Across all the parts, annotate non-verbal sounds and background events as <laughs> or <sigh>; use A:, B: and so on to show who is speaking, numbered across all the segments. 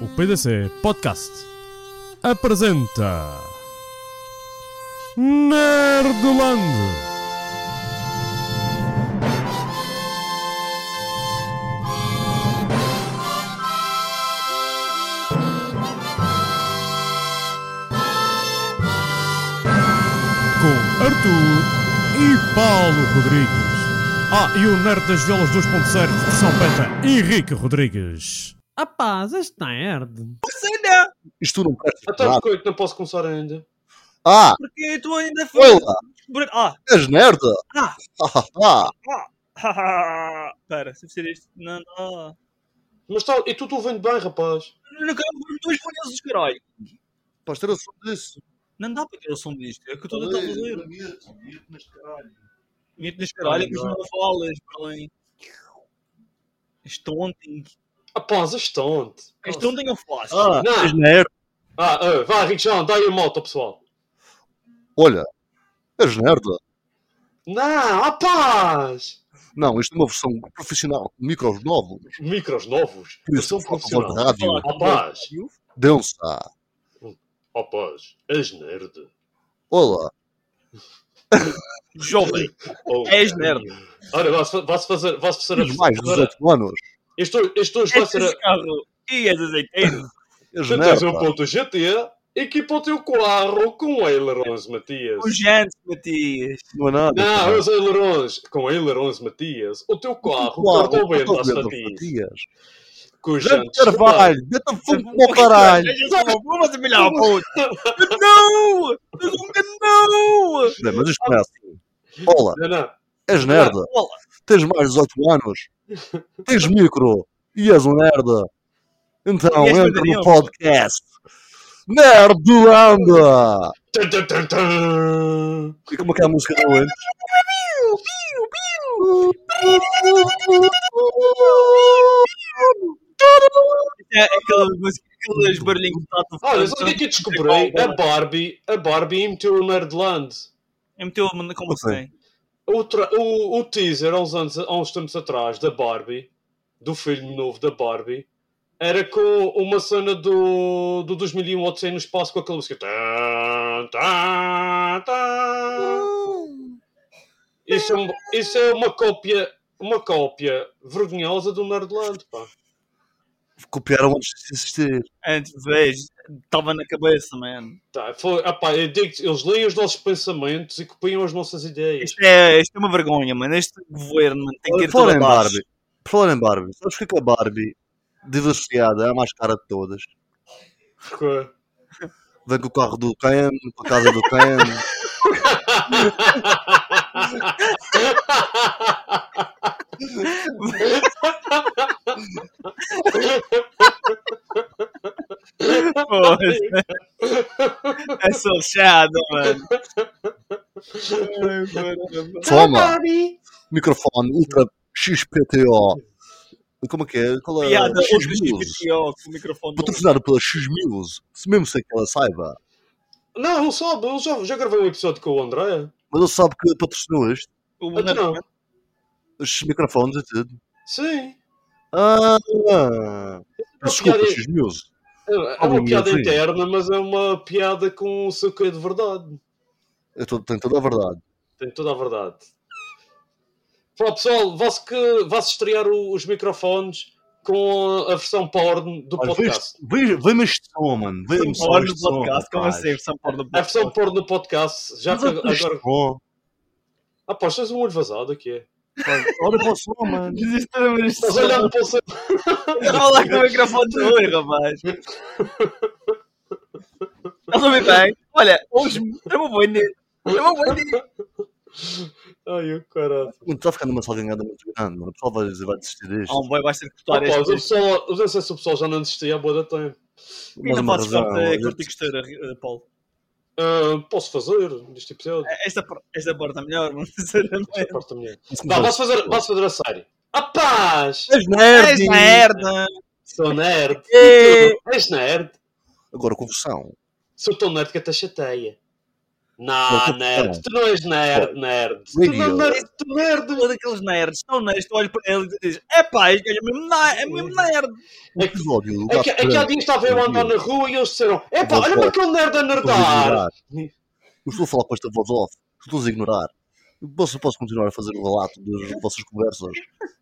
A: O PDC Podcast apresenta Nerdland. Com Arthur e Paulo Rodrigues. Ah, e o Nerd das Violas 2.0 de São Peta, Henrique Rodrigues.
B: Ah pá, este nerd.
C: Isto não presta para
D: Até
C: nada.
D: biscoito, não posso começar ainda.
C: Ah,
B: Porque tu ainda
C: foi
B: foi.
C: lá.
E: Ah,
C: És nerd?
E: Ah.
C: Ah, ah.
E: ah, pera, se fizer isto. Não, não.
D: Mas tá, e tu tu vendo bem, rapaz.
E: Eu Não quero ver duas folhas dos caralho.
C: Podes ter assunto disso.
E: Não dá para ter o som disto. É que eu estou a tentar fazer.
C: Não
E: Mito nas caralho, mas não falas, Berlim. Este ontem.
D: Rapaz, estonte.
E: Este ontem eu faço.
C: Ah,
D: Não.
C: és nerd.
D: Ah, ah, vai, Richão, dá aí a moto, pessoal.
C: Olha, és nerd.
D: Não, rapaz!
C: Não, isto é uma versão profissional, micros novos.
D: Micros novos.
C: Por
D: Versão
C: isso, falava de
D: profissional.
C: rádio.
D: Rapaz,
C: Densa.
D: rapaz, és nerd.
C: Olá.
E: Jovem.
D: Oh,
E: É, És nerd.
D: Olha, vai-se vai-se fazer, vai-se fazer a
C: Tens mais é de 18 anos.
D: Isto isto hoje vai
E: Este
D: ser a...
E: carro. E é és azeiteiro.
D: Tu
C: És
D: tens
C: é nerd.
D: um
C: pá.
D: ponto GT, equipa o teu carro com ailerons, Matias.
E: O Jante, Matias.
C: Não é nada.
D: Não,
C: pá.
D: os ailerons, com ailerons, Matias, o teu carro
C: Claro,
D: cortou bem
C: cortou
D: das
C: bem das
D: fatias.
C: fatias.
D: Com os
C: Gente,
D: jantes.
C: Carvalho, meta
D: um
C: fogo um para o caralho.
E: Vamos melhor, puta. Não! um Não!
C: Bem, Mas isto não é assim. Olá,
D: Não, não.
C: és nerd.
E: Olá.
C: Tens mais de 18 anos. Tens micro. E és um nerd. Então,
E: E és
C: entra no
E: bandeirinha,
C: podcast. Nerdlanda!
D: Tum, tum, tum, tum.
C: E como é que é a música do Lente?
E: É aquela música, aqueles barulhinhos que tá está
D: Olha, sabe o que é que eu descobri? A Barbie, a Barbie meteu o Nerdland.
E: É meteu como assim?
D: O, tra- o, o teaser, há uns, anos, há uns tempos atrás, da Barbie, do filme novo da Barbie, era com uma cena do, do 2001 Odyssey no espaço com aquela música. Tã, tã, tã. Isso é, um- isso é uma cópia, uma cópia vergonhosa do Nerdland, pá.
C: Copiaram antes de existir.
E: Antes, vejo, estava tipo, na cabeça, mano.
D: Tá, foi, apá, eu digo-te, eles leem os nossos pensamentos e copiam as nossas ideias.
E: Isto é, isto é uma vergonha, mano. Este governo mano, tem que ir
C: Falar em
E: tudo abaixo.
C: Barbie. Falar em Barbie. Sabes o que é que a Barbie, divorciada, é a mais cara de todas?
D: Porque-
C: Vem com o carro do Ken, com a casa do Ken.
E: <laughs> Foda-se. É só fechada, mano.
C: Toma! Microfone Ultra XPTO. Como é que é? Qual é?
E: Piada, outro
C: X-Muse.
E: XPTO com o microfone.
C: patrocinado pela X-Muse, se mesmo sem que ela saiba.
D: Não, não sabe, eu já, já gravei um episódio com o André.
C: Mas ele sabe que patrocinou isto,
E: O
D: Ah, tu não.
E: Nerdland.
C: os microfones e tudo.
D: Sim.
C: Ah, ah. desculpa,
D: piada-
C: X-Muse.
D: É é
C: minha
D: uma piada
C: filha.
D: interna, mas é uma piada com o seu quê de verdade.
C: Eu tô- tenho toda a verdade.
D: Tem toda a verdade. Pá, pessoal, vá-se que- vá-se estrear o- os microfones com a, a versão porn do
C: Olha, vem
D: podcast.
C: este- Vem vem-me este som, mano. Vem-me
E: São
C: só
E: Paulo
C: este
E: do
C: som.
E: podcast, como
D: é
C: rapaz. É
E: assim? São Paulo do
D: A
C: <laughs>
D: versão
E: podcast.
D: porn do podcast, já
C: Mas
D: que
C: eu tô este
D: agora.
C: som.
D: Ah, pá, tens um olho vazado aqui. é?
C: Olha para o som, mano. é
D: Estás olhando para o céu.
E: Estava lá com o microfone de olho,
C: <laughs>
E: rapaz. Estás a ouvir bem? Olha, ouves-me. É uma boa ideia. É uma boa ideia.
D: <laughs> Ai, o caralho.
C: Mano, está tá ficando uma salgada muito grande, mano. O pessoal vai, vai desistir disto.
E: Ah, um boi vai ser cortar
D: Rapaz, o
E: este.
D: pessoal, eu não sei se o pessoal já não desistia há boa da tempo.
C: Mas
E: Ainda
C: uma
E: fazes
C: razão,
E: corte é
C: olha,
E: curta e costeira, eh, Paulo.
D: Ah, posso fazer neste episódio?
E: Esta, par- esta parte é melhor, <laughs> não sinceramente.
D: Esta parte da minha.
C: isso me
D: Vá,
C: faz-
D: posso fazer, posso fazer a série. Rapaz!
C: És
E: És
C: nerd!
E: é merda!
D: Sou nerd.
E: Ê!
D: És nerd.
C: Agora, confusão.
D: Sou tão nerd que até chateia. Não,
C: Não,
D: nerd.
C: não.
D: Tu não és nerd, nerd. Tu não
C: Radio.
D: és nerd, tu nerd.
E: Todos aqueles nerds estão nerds, tu olhas para ele e dizes: Epá, este gajo é mesmo nerd, é mesmo nerd!
C: O episódio do
D: É que, é que há
C: Gato
D: dias estava eu a andar na rua e eles disseram: Epá,
C: Vou
D: olha-me
C: falar.
D: aquele nerd a
C: Estou a
D: nerdar.
C: ignorar. Eu estou a falar com esta voz off. Estou a ignorar. Eu posso, posso continuar a fazer o relato das vossas conversas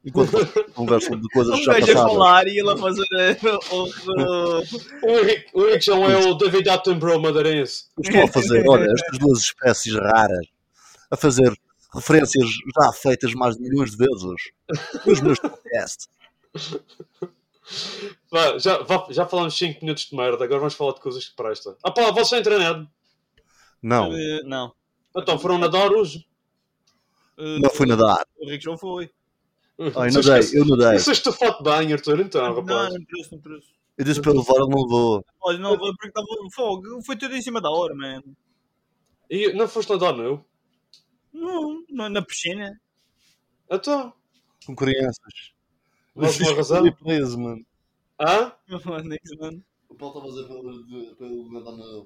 C: enquanto <laughs> vocês conversam de coisas que
E: Um
C: já
E: gajo a
C: passaram.
E: falar e ele a fazer eh, o- o-
D: O Henrique, o Henrique João é o David Attenborough madeirense.
C: Eu Estou a fazer, olha, estas duas espécies raras a fazer referências já feitas mais de milhões de vezes nos meus podcasts.
D: Vá, já, vá- já falamos 5 minutos de merda, agora vamos falar de coisas que prestam. Ah pá, você entra nerd.
C: Não,
E: Eh, Não.
D: Então foram nadar hoje.
E: Eh,
C: não fui nadar.
E: O Rico João foi.
D: <laughs>
C: Ai, nadei, eu nadei.
D: Isso estou foto bem, Arthur, então,
E: Não,
D: rapaz.
E: não trouxe, não trouxe.
C: Eu disse para ele levar, ele não vou.
E: Olha, não, porque estava no fogo. Foi tudo em cima da hora, mano.
D: E não foste nadar, não?
E: Não, não, na piscina. <laughs>
C: <laughs>
D: Então,
C: Com crianças.
D: por alguma razão.
C: preso, mano.
D: Hã?
E: Não, mano, é isso, mano.
C: O Paulo está a fazer pelo, pelo nadar na.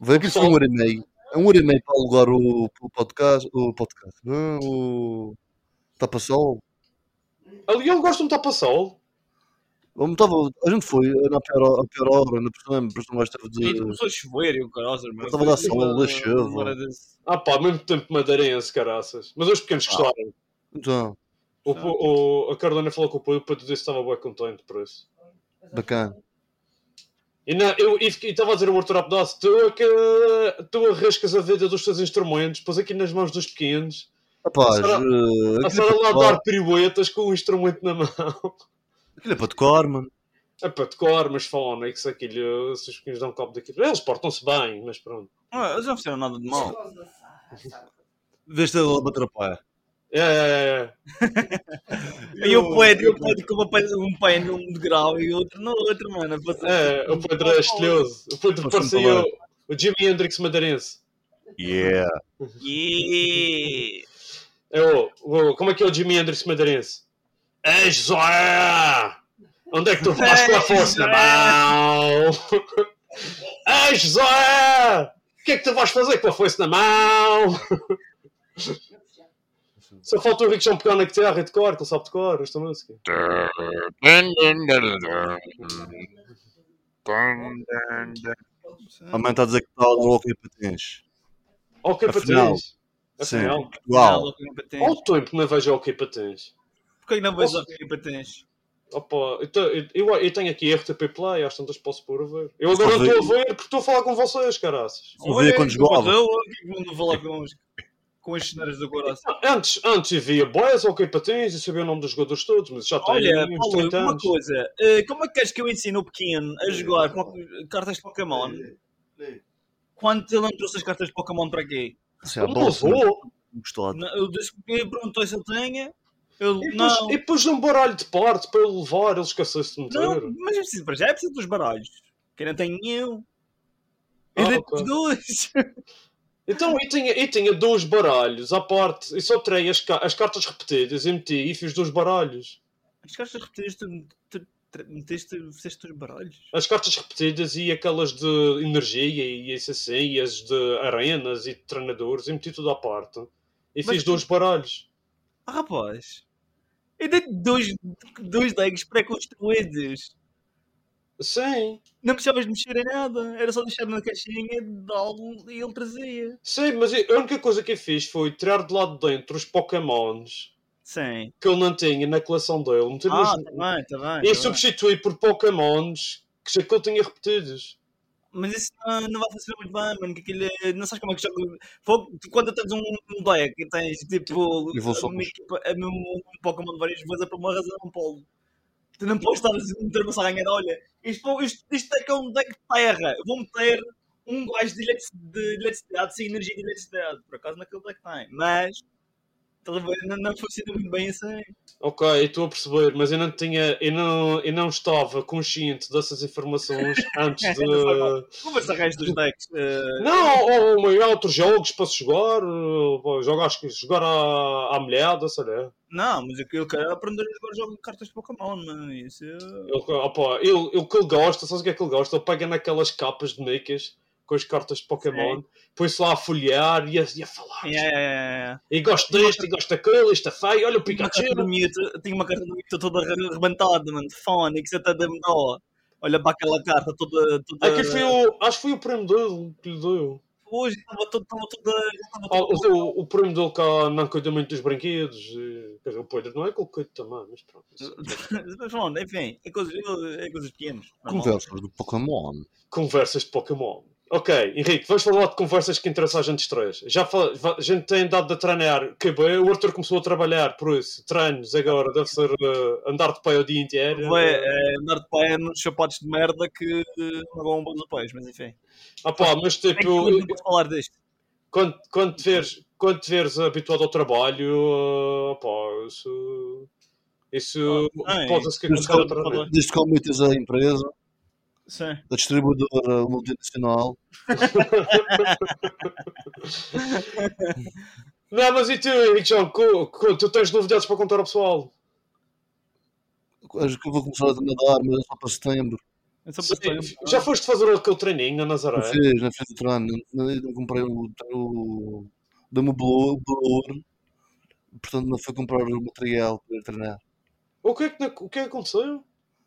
C: Vem que isso foi um hora e meio. É um hora e meio para alugar o, o podcast. O podcast. Não, é? o. Tapa Sol.
D: Ali ele gosta de um tapa-sol.
C: Vamos, tava, a gente foi é na pior, a pior hora, na personagem, depois não gostava de.
E: E começou a chover e o caroças, mano.
C: Estava a dar
E: Foi
C: sol,
E: uma-
C: a chuva.
E: uma hora desse.
D: Ah pá, ao mesmo tempo madeirense, caraças. Mas os pequenos gostaram.
C: Então,
D: O, o- a Carolina falou com o Pedro, o Pedro disse que estava bem contente por isso.
C: bacana.
D: E não, eu e fiquei- estava a dizer ao Arthur Abdaço, tu, é que- tu arriscas a vida dos teus instrumentos, pôs aqui nas mãos dos pequenos,
C: Rapaz,
D: Passaram-
C: eh, aquilo é
D: passaram lá
C: para
D: a
C: tocar,
D: dar piruetas com o instrumento na mão. <laughs>
C: aquilo é para tocar, mano.
D: É para tocar, mas Phonics, aquilo, se os pequenos dão cabo daquilo. Eles portam-se bem, mas pronto.
E: Não, eles não fizeram nada de mal.
C: Veste ele a bater a pá.
D: É, é, é.
E: E o poeta, e o poeta com uma pa- um pai num degrau e outro no outro, mano. a fazer-
D: É, o Pedro é estilhoso. O Pedro
C: Posso-me
D: parecia
C: falar?
D: o, o Jimi Hendrix madeirense.
C: Yeah.
E: Yeah.
D: É o, o- como é que é o Jimi Hendrix madeirense? Ei, José! Onde é que tu fazes com a força na <laughs> mão? Ei, José! O que é que tu vais fazer com a força na mão? Só falta o Rick João pegar na guitarra e de cor, é um que ele sabe de cor, esta música.
C: A mãe está a dizer que está a dar um o que patins.
D: Ok,
C: Afinal.
D: patins.
C: Sim.
D: é Afinal.
E: Não,
C: Portugal.
E: tá louco, nem
D: Há
E: patins.
D: o tempo que é não vejo ok, patins.
E: Por que não vejo o que patins?
D: Opa, eu, te- eu- eu- eu tenho aqui RTP Play, às tantas posso pôr a ver. Eu
C: Mas
D: agora
C: estás a
D: estou a ver porque estou a falar com vocês, caraças.
C: Eu via quando jogava.
E: Eu não falar com os, com os cenários do coração.
D: Ah, Antes, antes havia boys, ok, patins, e sabia o nome dos jogadores todos, mas já tenho
E: Olha,
D: uns
E: Paulo,
D: 30
E: uma
D: anos.
E: coisa. eh, Como é que queres que eu ensine o pequeno a jogar com cartas de Pokémon? Quando ele não trouxe as cartas de Pokémon para quê?
C: Assim, a
D: Eu
C: bola
D: não
C: assim,
D: vou.
C: encostada.
E: Não, Eu disse ele perguntou se ele tinha. Eu,
D: E pus,
E: não,
D: e pus um baralho de parte para eu levar, ele esqueceu-se de meter.
E: não, mas é preciso para já, é preciso dos baralhos. Que não tenho nenhum.
D: Ah,
E: Eu dei
D: ok.
E: os dois.
D: Então, eu tinha, eu tinha dois baralhos à parte, e só tirei as, ca- as cartas repetidas e meti, e fiz dois baralhos.
E: <laughs> Os caras repetiste, tu- tu- meteste, fizeste os baralhos.
D: As cartas repetidas e aquelas de energia e isso assim, e as de arenas e de treinadores, e meti tudo à parte. E
E: Mas
D: fiz
E: tu-
D: dois baralhos.
E: Ah, rapaz. Eu dei dois, dois decks pré-construídos.
D: Sim,
E: Não precisavas de mexer em nada. Era só deixar na caixinha de algo e ele trazia.
D: sim, mas eu- a única coisa que eu fiz foi tirar de lá de dentro os Pokémons
E: Sim.
D: que eu não tinha na coleção dele. meti
E: Ah,
D: nos-
E: tá bem, tá bem.
D: e
E: tá bem.
D: substituí por Pokémons que já que eu tinha repetidos.
E: Mas isso não, não vai funcionar muito bem, mano. Que aquilo é- não sabes como é que joga. Fogo, tu, quando tens um, um deck e tens tipo
C: E vou só
E: uma equipa, é mesmo um Pokémon de várias vezes é por uma razão, Paulo. Tu não podes estar a meter-me a ganhar. Olha, isto, isto, isto é que é um deck de terra. Eu Vou meter um gajo de elet- de eletricidade sem energia de eletricidade. Por acaso naquele deck tem. Mas estás a ver, não, não funciona muito bem assim.
D: Ok, estou a perceber, mas eu não tinha, eu não, eu não estava consciente dessas informações antes de.
E: Conversa resto dos decks. eh,
D: Não, ou, ou há outros jogos para se jogar, ou, ou jogar, acho que jogar à, à molhada, sei lá.
E: Não, mas eu, eu quero aprender a jogar jogos de cartas de Pokémon, mano. Isso é.
D: Ele, opa, ele, ele que ele gosta, sabes o que é que ele gosta? Ele pega naquelas capas de micas com as cartas de Pokémon, põe-se lá a folhear e a, e a falar.
E: É, é, é.
D: E gosto deste, e gosto daquele, isto é feio, olha o
E: Tinha uma carta do
D: Pikachu.
E: Mewtwo, tinha uma carta do Mewtwo toda re- rebentada, mano. Fónix, até da dó. Olha para aquela carta toda. toda...
D: Aqui foi um- o, acho É que foi o prêmio dele que lhe deu.
E: Hoje estava toda. Estava toda. Estava
D: Ah,
E: toda...
D: o, o, o primo dele cá não cuida muito dos brinquedos. e- Quer dizer, o Pedro não é que ele cuida também, mas pronto. isso-
E: Mas pronto, enfim, é coisas, é coisas pequenas. normal.
C: Conversas do Pokémon.
D: Conversas de Pokémon. Ok, Henrique, vamos falar de conversas que interessam a gente os três. Já fala- va- a gente tem dado a treinar KB, o Arthur começou a trabalhar, por isso, treinos agora deve ser eh, andar de pé o dia inteiro.
E: Vai é, andar de pé nos sapatos de merda que eh, não vão bons apoios, mas enfim.
D: Ah pá, mas
E: É que
D: tipo,
E: eu não posso falar disto.
D: quando, quando, te veres, quando te veres habituado ao trabalho, ah pá, isso. Isso.
E: Ah, é.
D: Pode-se que
C: Desde
D: aconteça
C: que-
D: outra vez.
C: Desde que aumentas a empresa,
E: Sim.
C: a distribuidora multinacional,
D: Não, mas e tu, Henrique João, co- co- tu tens novidades para contar ao pessoal?
C: acho que eu vou começar a nadar, mas é só para setembro.
E: É só
D: Sim,
E: para-
D: já foste fazer aquele treininho na Nazaré?
C: Não fiz, não fiz o treino, não, não comprei o. o Deu-me o bolor, portanto não fui comprar o material para treinar.
D: O que, é que, o que é que aconteceu?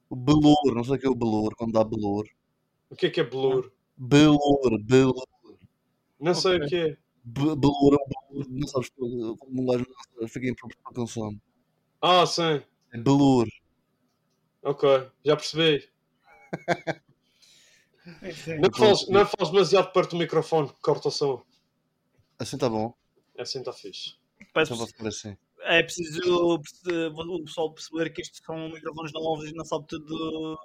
C: O belor, não sei o que é o belor, quando dá belor.
D: O que é que é blur?
C: Belor, belor.
D: Não sei o que é.
C: Be- Belor é um belor, não sabes como um gajo não sabe, fica em própria canção.
D: Ah, sim.
C: É belor.
D: Ok, já percebi.
E: Enfim.
D: Não fales, não fales demasiado perto do microfone, que corta o som.
C: Assim tá bom,
D: Assim está fixe.
E: Peço-
C: só vou ficar assim.
E: É preciso perce- o pessoal perceber que isto são microfones não óbvios, não sabe tudo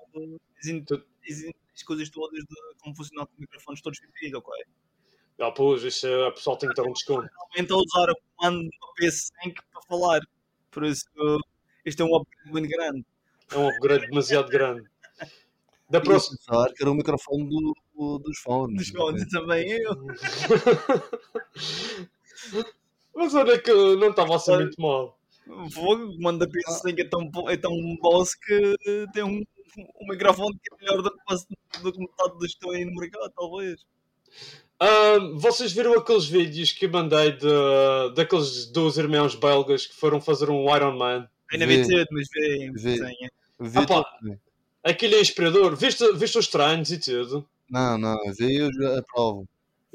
E: as, in- as in- as coisas todas de como funcionar com microfones todos fedidos, ok?
D: Ah, pois, isso é, o pessoal tem que ter um desconto.
E: Realmente a usar o comando no PS5 para falar, por isso isto é um upgrade muito grande.
D: É um upgrade demasiado grande. Da
C: Eu ia
D: próxima. <laughs>
C: pensar que era o microfone do, do- dos fones. é?
E: Nos fones também eu.
D: Mas olha que não estava assim muito mal.
E: Fogo, o comando da
C: Ah.
E: PS5 é tão, bo- é tão boss que tem um, um microfone que é melhor do que, quase- do que metade dos que estão aí no mercado, talvez.
D: Ahm, vocês viram aqueles vídeos que eu mandei de, daqueles dois irmãos belgas que foram fazer um Iron Man?
E: Ainda
C: Vê.
E: vi cedo, mas vê,
C: Vê.
E: sim, é.
C: Vê
D: Ah, pá.
C: tudo.
D: Aquilo é inspirador. Viste, viste os treinos e tudo?
C: Não, não, eh, vê eu já aprovo.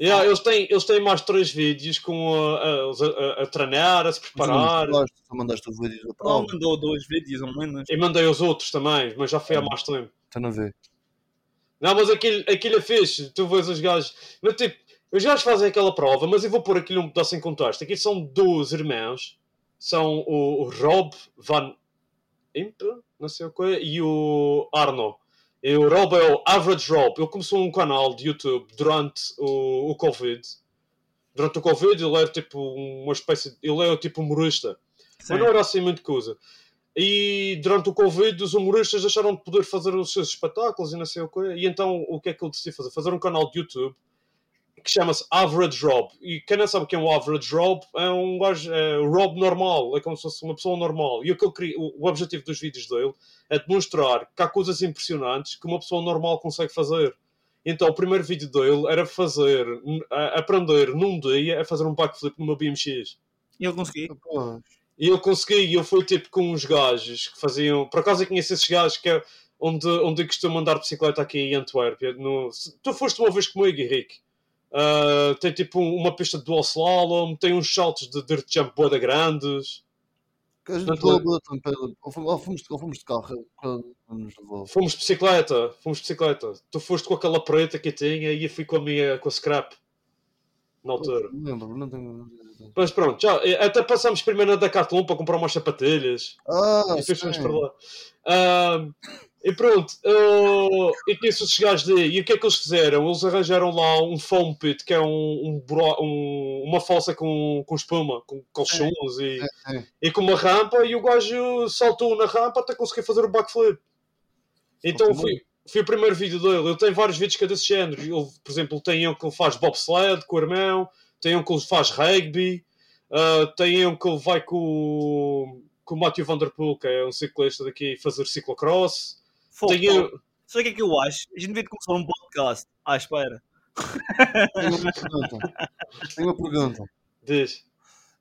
D: Yeah, eles, têm, eles têm mais três vídeos com a, a, eles a- a- a treinar, a se preparar.
C: Tu mandaste- Tu mandaste o vídeo da
E: Não,
C: prova,
E: mandou dois vídeos ao menos.
D: E mandei os outros também, mas já foi há mais tempo.
C: então não vê.
D: Não, mas aquilo, aquilo é fixe. Tu vês os gajos. Mas tipo, os gajos fazem aquela prova, mas eu vou pôr aquilo um pedaço em contexto. Aqui são dois irmãos. São o, o Rob Van Imp, não sei o que, e o Arno. E o Rob é o Average Rob. Ele começou um canal de YouTube durante o, o Covid. Durante o Covid, ele era tipo uma espécie. de- Ele é tipo humorista.
E: Sim.
D: Mas não era assim muito coisa. E durante o Covid, os humoristas deixaram de poder fazer os seus espetáculos e não sei o quê. E então, o que é que ele decidiu fazer? Fazer um canal de YouTube que chama-se Average Rob. E quem não sabe quem é o Average Rob, é um gajo, é o Rob normal, é como se fosse uma pessoa normal. E o, que ele queria- o o objetivo dos vídeos dele é demonstrar que há coisas impressionantes que uma pessoa normal consegue fazer. Então, o primeiro vídeo dele era fazer, a- aprender num dia a fazer um backflip numa BMX.
E: E eu consegui.
D: E eu consegui, e eu fui tipo com uns gajos que faziam. Por acaso eu conheço esses gajos que é onde, onde eu costumo andar de bicicleta aqui em Antuérpia. No... se- Tu foste uma vez comigo, Henrique. Ah, tem tipo um- uma pista de dual slalom, tem uns saltos de dirt jump boda grandes.
C: Que a gente
D: Portanto,
E: eh,
C: falou da tampeira. Ou fomos, ou fomos de- ou fomos de carro quando nos levou.
D: Fomos de bicicleta, fomos de bicicleta. Tu foste com aquela preta que eu tinha e eu fui com a minha, com a scrap. Na altura.
C: Não lembro, não tenho.
D: Mas pronto, já, eh, até passámos primeiro na Decathlon para comprar umas sapatilhas.
C: Ah,
E: é
D: e depois fomos
C: sim.
D: para lá. Ahm, e pronto, eu, eu conheço os gajos daí. E o que é que eles fizeram? Eles arranjaram lá um foam pit, que é um, um buro- um- uma fossa com, com espuma, com colchões e,
C: é.
D: e com uma rampa. E o gajo saltou na rampa até conseguir fazer o backflip. Então
C: Muito
D: fui, fui o primeiro vídeo dele. Ele tem vários vídeos que é desse género. Ele, por exemplo, tem um que ele faz bobsled com o irmão, tem um que ele faz rugby, ah, tem um que ele vai com, com o Matthew Vanderpool, que é um ciclista daqui, fazer ciclocross.
E: Fogo,
D: tem um-
E: Sabe o que é que eu acho? A gente devia começar um podcast. Ah, espera.
C: Tenho uma pergunta. Tenho uma pergunta.
D: Diz,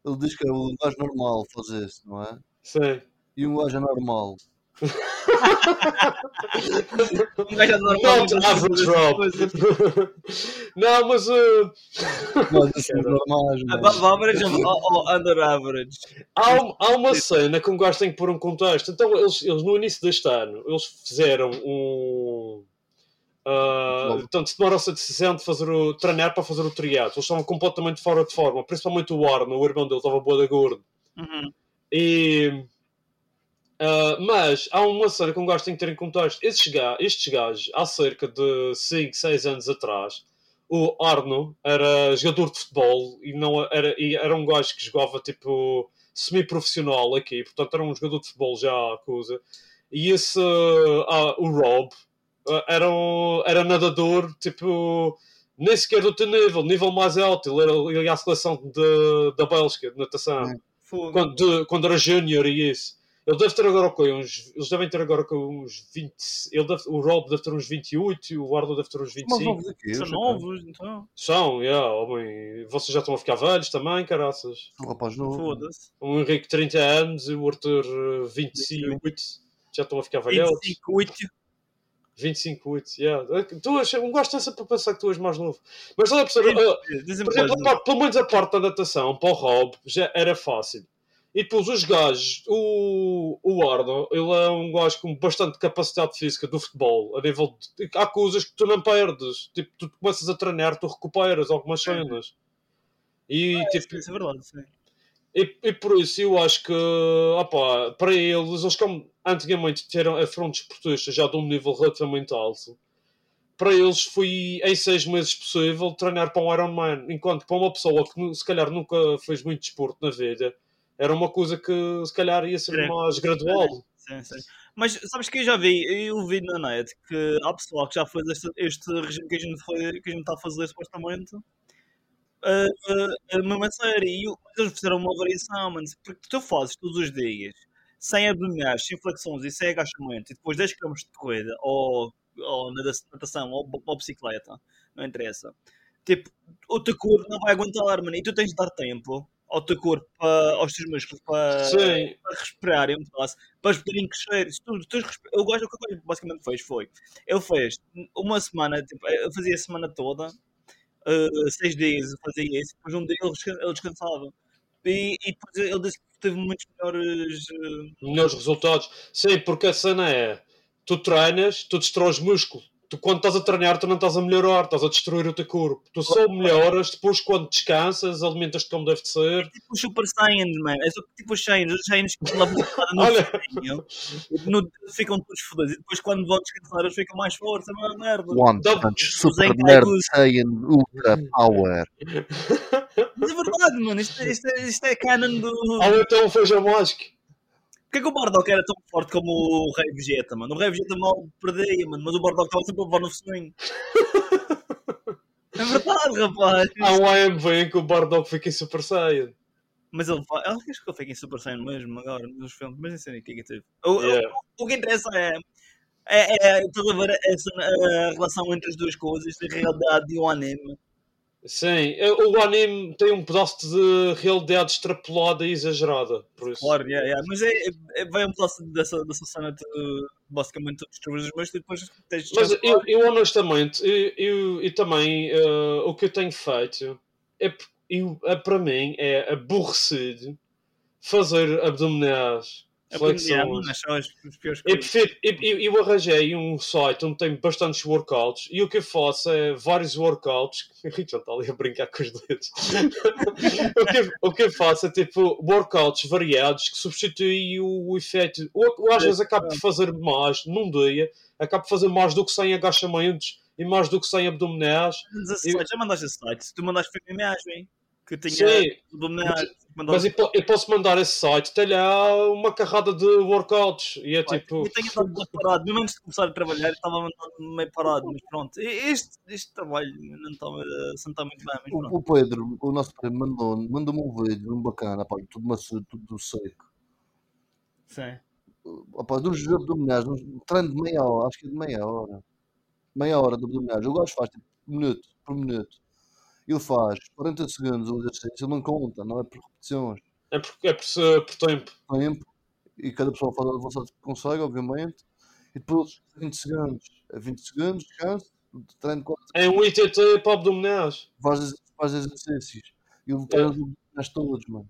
C: Ele diz que é um gajo normal fazer isso, não é?
D: sim.
C: E um
E: <laughs>
C: gajo anormal.
E: Um gajo anormal.
D: Not average Rob. <laughs> Não, mas ah,
C: Mas assim, normais,
E: A
C: mas...
E: above average ou- ou ou under average?
D: há, um- há uma cena que um gajo tem que pôr um contexto. Então, eles, eles no início deste ano, eles fizeram um. ah, portanto, tomaram-se a decisão de fazer o, treinar para fazer o triatlo. Eles estavam completamente fora de forma, principalmente o Arno, o irmão dele, estava boa da gordo.
E: Uhum.
D: E, ah, mas há uma cena que um gajo tem que ter em contexto. Estes ga- estes gajos, há cerca de 5, 6 anos atrás, o Arno era jogador de futebol e, não era, e era um gajo que jogava tipo semi-profissional aqui, portanto era um jogador de futebol já coisa. E esse, ah, o Rob, ah, era, um, era nadador tipo nem sequer do teu nível, nível mais alto. Ele era ele ia à seleção de- da Bélgica de natação
E: Fogo.
D: quando, de- quando era júnior e isso. Ele deve ter agora ok, uns. Eles devem ter agora com uns 20. Ele deve, o Rob deve ter uns 28 e o Ardo deve ter uns
C: Mas
D: 25.
C: novos aqui,
E: São novos, então.
D: São, yeah, homem. Vocês já estão a ficar velhos também, caraças.
C: Um rapaz novo.
E: Foda-se.
D: O Henrique 30 anos e o Arthur eh, 28. Já estão a ficar velhotes.
E: 25, 8.
D: 25, 8. Yeah. Tu achas, um gosto sempre para pensar que tu és mais novo. Mas olha, professor,
E: Sim.
D: eh,
E: Dizem-me
D: Por exemplo,
E: coisas.
D: a parte- pelo menos a parte da natação para o Rob já era fácil. E depois os gajos, o, o Arno, ele é um gajo com bastante capacidade física do futebol. A nível de- há coisas que tu não perdes. Tipo, tu começas a treinar, tu recuperas algumas cenas. E, tipo,
E: Isso é verdade, sim.
D: e, e por isso eu acho que opá, para eles, eles como antigamente tiveram a fronte esportista já de um nível relativamente alto, para eles foi em seis meses possível treinar para um Ironman, enquanto para uma pessoa que nu- se calhar nunca fez muito desporto na vida, era uma coisa que se calhar ia ser
E: Era-
D: mais gradual.
E: Sim, sim. Mas sabes que eu já vi, eu vi na net que há pessoal que já fez este, este regime que a gente, foi, que a gente está a fazer supostamente. ah, ah, mesmo a sério, e eu- eles fizeram uma variação, mano, porque tu fazes todos os dias sem abdominais, sem flexões e sem agachamento, e depois 10 km de corrida ou, ou nada- natação ou, ou bicicleta, não interessa. Tipo, o teu corpo não vai aguentar, mano, e tu tens de dar tempo ao teu corpo, para- aos teus músculos, para,
D: Sim,
E: para respirarem um pedaço, para eles poderem crescer. Isso tudo, tu resp- eu gosto do que eu basicamente fez foi. Ele fez uma semana, tipo, eu fazia a semana toda, eh, seis dias eu fazia isso, depois um dia ele desca- ele descansava. E, e depois ele disse que teve muitos melhores. eh,
D: melhores resultados. Sim, porque a cena é: tu treinas, tu destróis músculo. Tu, quando estás a treinar, tu não estás a melhorar, estás a destruir o teu corpo. Tu só melhoras depois quando descansas, alimentas-te como deve de ser.
E: tipo os Super Saiyans, mano. É só que tipo os Saiyans, os Saiyans que lá no
D: Olha,
E: desenho, no- ficam todos fodidos. E depois quando vão descansar, eles ficam mais fortes, é uma merda.
C: One
D: Dá-
C: Punch
E: Zen
C: Super
E: Kai
C: Nerd
E: Goose.
C: Saiyan Ultra Power.
E: Mas é verdade, mano. Isto, isto, é- isto é canon do.
D: ou então um feijão mágico.
E: Porquê que o Bardock era tão forte como o Rei Vegeta, mano? O Rei Vegeta mal perdia, mano, mas o Bardock estava sempre a levar no swing. é verdade, rapaz.
D: Há um AMV em que o Bardock fica em Super Saiyan.
E: Mas ele vai. Eu acho que ele fica em Super Saiyan mesmo agora nos filmes, mas não sei nem o que é que teve. O,
D: Yeah.
E: o, o que interessa é. É, é, estás a ver essa, a relação entre as duas coisas, a realidade e o anime.
D: Sim, o anime tem um pedaço de realidade extrapolada e exagerada. Por isso.
E: Claro, yeah, yeah. mas é, é, vai um pedaço dessa, dessa cena de basicamente destruir os meus e depois tens de
D: Mas
E: transformar.
D: eu, eu honestamente, eu, eu- e também eh, o que eu tenho feito é, p- eu- é para mim é aborrecido fazer abdominais. flexões.
E: É Mas são os, os piores
D: Eu,
E: coisas.
D: prefiro, eu, eu- eu arranjei um site onde tem bastantes workouts e o que eu faço é vários workouts. <laughs> O Richard está ali a brincar com os dedos. <laughs> o, que, eu- o que eu faço é tipo workouts variados que substituem o, o efeito. Ou, ou às vezes acabo por fazer mais num dia, acabo por fazer mais do que 100 agachamentos e mais do que 100 abdominais.
E: Mas esse site, Já mandaste esse site? Tu mandaste foi uma imagem que tinha
D: Sim.
E: abdominais.
D: Mas eu, po- eu posso mandar esse site, tem lá uma carrada de workouts e é tipo.
E: Eu tenho estado meio parado, mesmo antes de começar a trabalhar, eu estava andando meio parado, mas pronto. E- Este, este trabalho não está, eh, não está muito bem, mas pronto.
C: O, o Pedro, o nosso Pedro, mandou- mandou-me um vídeo um bacana, pá, tudo macio, tudo seco. Oh,
E: Sim.
C: Rapaz, dos abdominais, um treino de meia hora, acho que é de meia hora. Meia hora de abdominais. O gajo faz tipo minuto por minuto. Ele faz 40 segundos o exercício, ele não conta, não é por repetições.
D: É por, é por, se- por tempo.
C: Tempo, e cada pessoa faz a velocidade que consegue, obviamente. E depois 20 segundos. É 20 segundos, descanso, treino 4
D: É um ITT para abdominais.
C: faz, faz exercícios. E ele
D: É.
C: treina os abdominais todos, mano.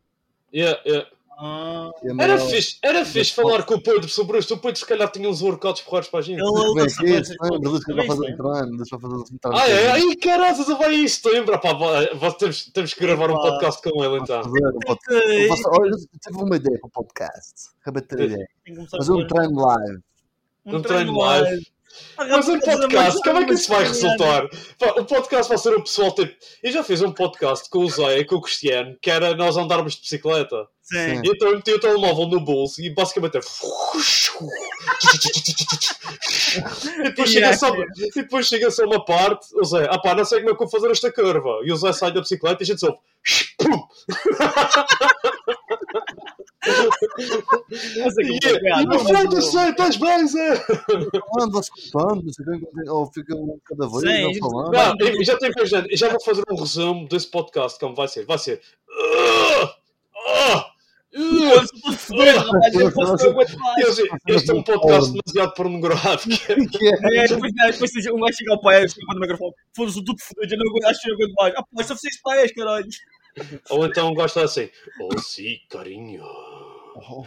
D: Yeah, yeah.
E: Ah,
C: E é meia
D: Era
C: hora.
D: fixe, era fixe falar com o Pedro sobre isto. O Pedro, se calhar, tinha uns workouts porrados para a gente.
E: ele ele
C: Como é
E: dança
C: que é
E: bem,
C: isso? Lembra disso que vai fazer um
E: sim.
C: treino, disso vai fazer um treino.
D: Ah, é? Ai, caralho, eu bem isso. Lembra? Pá, vá, vá, temos, temos que gravar um
E: Pá.
D: podcast com ele então.
C: Fazer um podcast. Eu
E: Tem que-
C: faço- Olha, eu tive uma ideia para o podcast. Acabei de ter a ideia.
E: tem que
D: tá
E: começar a
C: Fazer um
E: fazer
C: treino live.
D: Um treino live.
E: Ah,
D: Mas um
E: rapaz,
D: podcast,
E: mas-
D: como é que isso vai
E: mas-
D: resultar? Pá, o podcast vai ser o pessoal tipo. Eu já fiz um podcast com o Zé e com o Cristiano, que era nós andarmos de bicicleta.
E: Sim.
C: Sim.
D: E então eu meti o telemóvel no bolso e basicamente <laughs> é. E depois, chega
E: Yeah.
D: só, e depois chega só uma parte, o Zé, ah pá, não sei como é que eu vou fazer esta curva. E o Zé sai da bicicleta e a gente só. Pum!
E: Mas é que
D: E
E: eu vou pegar, não,
D: eu,
E: mas eu-
D: foda-se, Zé, estás bem, Zé!
C: Ah, Anda-se contando, não sei bem quanto é- ou fica um cada vez,
E: Sim,
C: não
E: isso-
C: falando.
D: Não,
C: <laughs>
D: eu já tenho que gente, eu já vou fazer um resumo desse podcast, como vai ser. Vai ser. "Ah! Ah! Ah!"
E: rapaz, eu posso- eu aguento mais.
D: E eu digo, Este é um podcast demasiado pornográfico. <laughs>
C: Que é?
E: É, depois, é, depois seja, um gajo chega ao pai e fica no microfone. Foda-se, tudo fodido, eu não aguento- acho que eu aguento mais. Ah, pá, só vocês pais, caralho.
D: Ou então gosta assim. Oh, sim, carinho.
C: Oh,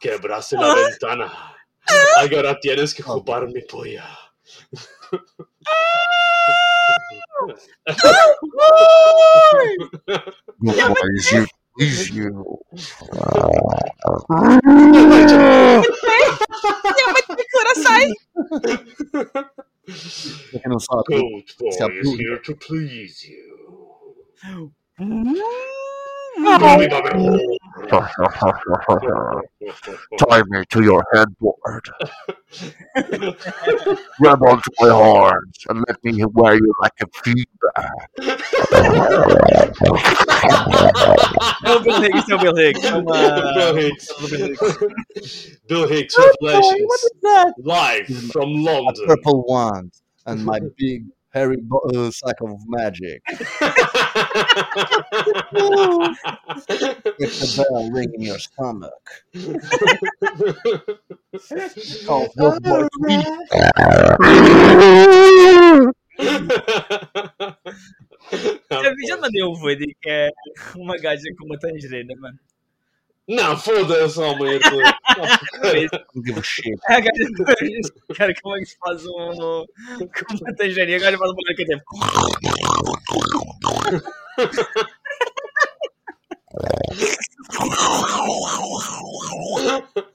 D: Quebraste na ventana. Agora tienes que roubar mi polla.
C: Para quem não sabe,
D: Goat boy
C: Stop.
D: is here to please you.
F: <laughs> Tie me to your headboard. Grab onto my horns and let me wear you like a feedback.
E: É o Bill Hicks, é o Bill Hicks. É uma...
D: <laughs> Bill Hicks.
E: É o Bill Hicks.
D: Bill Hicks Revelations live from
C: a
D: London. <laughs>
C: purple wand and my big hairy bo- uh, sack of magic. It's a bell ring in your stomach. Call your boy. <laughs>
E: Já, vi- já mandei um vídeo que é uma gaja com uma tangerina, mano.
D: Não, foda-se, homem.
C: Don't give a shit.
E: É a gaja com tangerina. Cara, como é que se faz um... Com uma tangerina. E a gaja faz uma gaja que é tipo...
C: Pronto,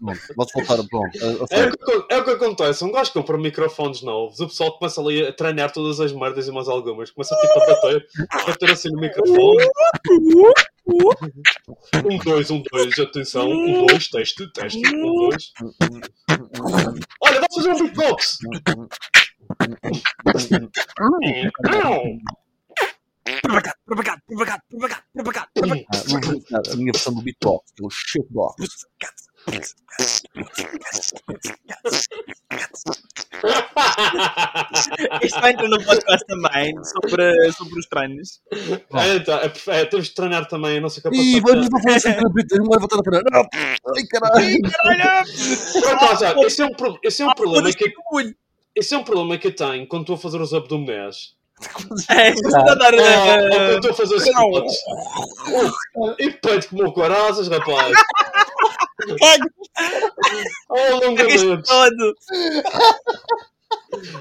C: Vamos voltar pronto. a- a
D: É
C: sério.
D: o, que, acon- é o que acontece, um gajo compra microfones novos, o pessoal começa ali a treinar todas as merdas e mais algumas, começa tipo a bater, bater assim no microfone. Um, dois, um, dois, atenção, um, dois, teste, teste, um, dois. Olha, vai fazer um beatbox!
E: Provocado, provocado, provocado, provocado, provocado.
C: Ah, vamos voltar A minha versão do beatbox, que é o shitbox.
E: Isto vai entrar no podcast também, sobre, sobre os treinos.
D: É, então, é, perfe- é, temos de treinar também a nossa
C: Ih, vamos
D: capacidade.
C: para fazer assim, Pedro, não vai voltar a treinar. Não. Ai, caralho.
E: Caralho!
D: Pronto, lá já, esse é um, pro- esse é um
E: Ah,
D: problema
E: foda-se,
D: que
E: que orgulho.
D: Esse é um problema que eu tenho quando estou a fazer os abdominais.
E: É, está a dar.
D: Ah,
E: eh,
D: eu estou a fazer squats. E peito como coraças, rapaz.
E: Isto
D: Alongamentos.
E: todo.